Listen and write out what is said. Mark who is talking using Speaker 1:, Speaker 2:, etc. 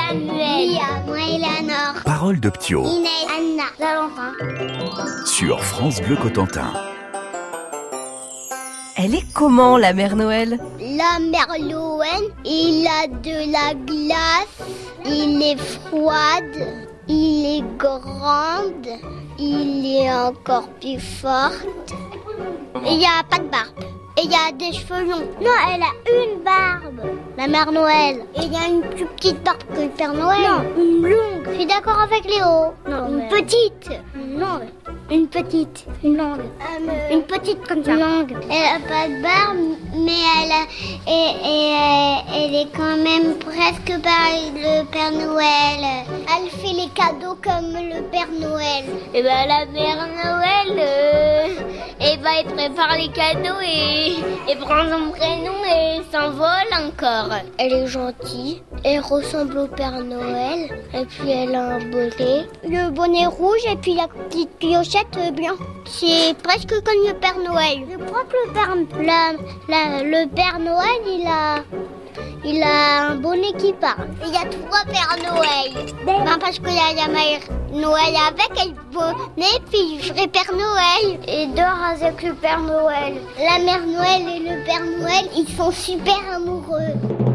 Speaker 1: Samuel, Lia, moi, Eleanor,
Speaker 2: Parole de Ptio
Speaker 1: Inès, Anna, Valentin.
Speaker 2: sur France Bleu Cotentin.
Speaker 3: Elle est comment la mère Noël
Speaker 1: La Merloen, il a de la glace, il est froide, il est grande, il est encore plus forte. Et Il n'y a pas de barbe. Et il y a des cheveux longs. Non, elle a une barbe. La Mère Noël. Et il y a une plus petite barbe que le Père Noël. Non, une longue. Je suis d'accord avec Léo. Non, une petite. Une longue. Une petite. Une longue.
Speaker 4: Ah,
Speaker 1: Une petite comme ça. Une longue. Elle a pas de barbe, mais elle a... Et, et euh, elle- elle est quand même presque pareille le Père Noël. Elle fait les cadeaux comme le Père Noël.
Speaker 4: Et ben la mère Noël, euh, eh ben, elle prépare les cadeaux et, et prend son prénom et s'envole encore.
Speaker 1: Elle est gentille, elle ressemble au Père Noël, et puis elle a un bonnet. Le bonnet rouge et puis la petite piochette euh, blanc. C'est presque comme le Père Noël. Je crois que le Père, la- la- le Père Noël, il a, il a un bonnet qui parle. Il y a trois Pères Noël. Ben, parce qu'il y a la mère Noël avec et le bonnet, puis le vrai Père Noël. Et dehors avec le Père Noël. La mère Noël et le Père Noël, ils sont super amoureux.